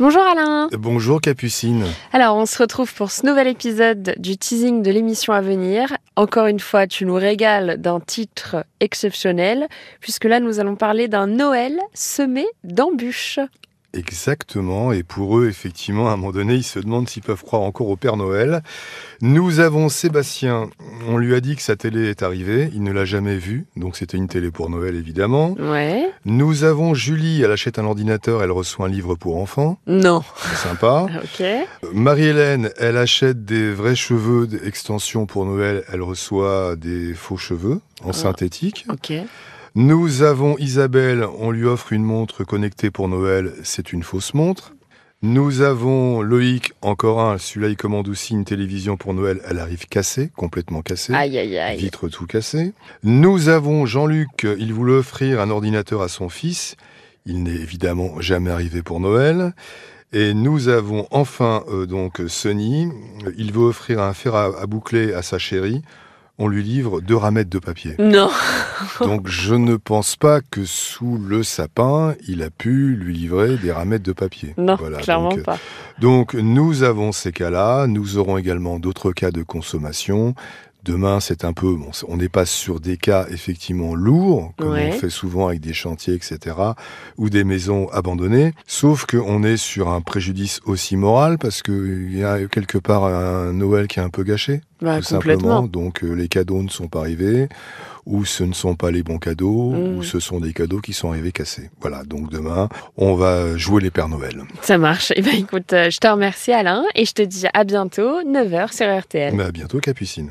Bonjour Alain Bonjour Capucine. Alors on se retrouve pour ce nouvel épisode du teasing de l'émission à venir. Encore une fois, tu nous régales d'un titre exceptionnel, puisque là nous allons parler d'un Noël semé d'embûches. Exactement, et pour eux, effectivement, à un moment donné, ils se demandent s'ils peuvent croire encore au Père Noël. Nous avons Sébastien, on lui a dit que sa télé est arrivée, il ne l'a jamais vue, donc c'était une télé pour Noël évidemment. Ouais. Nous avons Julie, elle achète un ordinateur, elle reçoit un livre pour enfants, Non. c'est sympa. Ah, Ok. Euh, Marie-Hélène, elle achète des vrais cheveux d'extension pour Noël, elle reçoit des faux cheveux en synthétique. Ok. Nous avons Isabelle, on lui offre une montre connectée pour Noël, c'est une fausse montre. Nous avons Loïc, encore un, celui-là il commande aussi une télévision pour Noël, elle arrive cassée, complètement cassée, Aïe aïe aïe. vitre tout cassée. Nous avons Jean-Luc, il voulait offrir un ordinateur à son fils, il n'est évidemment jamais arrivé pour Noël. Et nous avons enfin euh, donc Sony, il veut offrir un fer à, à boucler à sa chérie, on lui livre deux ramettes de papier. Non. Donc je ne pense pas que sous le sapin, il a pu lui livrer des ramettes de papier. Non, Voilà, clairement donc, euh, pas. donc nous avons ces cas-là, nous aurons également d'autres cas de consommation. Demain, c'est un peu, bon, on n'est pas sur des cas effectivement lourds, comme Ouais. on fait souvent avec des chantiers, etc., ou des maisons abandonnées, sauf qu'on est sur un préjudice aussi moral, parce qu'il y a quelque part un Noël qui est un peu gâché Bah, tout simplement. complètement. Donc euh, les cadeaux ne sont pas arrivés, ou ce ne sont pas les bons cadeaux, Mm. ou ce sont des cadeaux qui sont arrivés cassés. Voilà, donc demain, on va jouer les Pères Noël. Ça marche. Eh ben écoute, euh, je te remercie Alain et je te dis à bientôt, 9h sur RTL. Mais à bientôt, Capucine.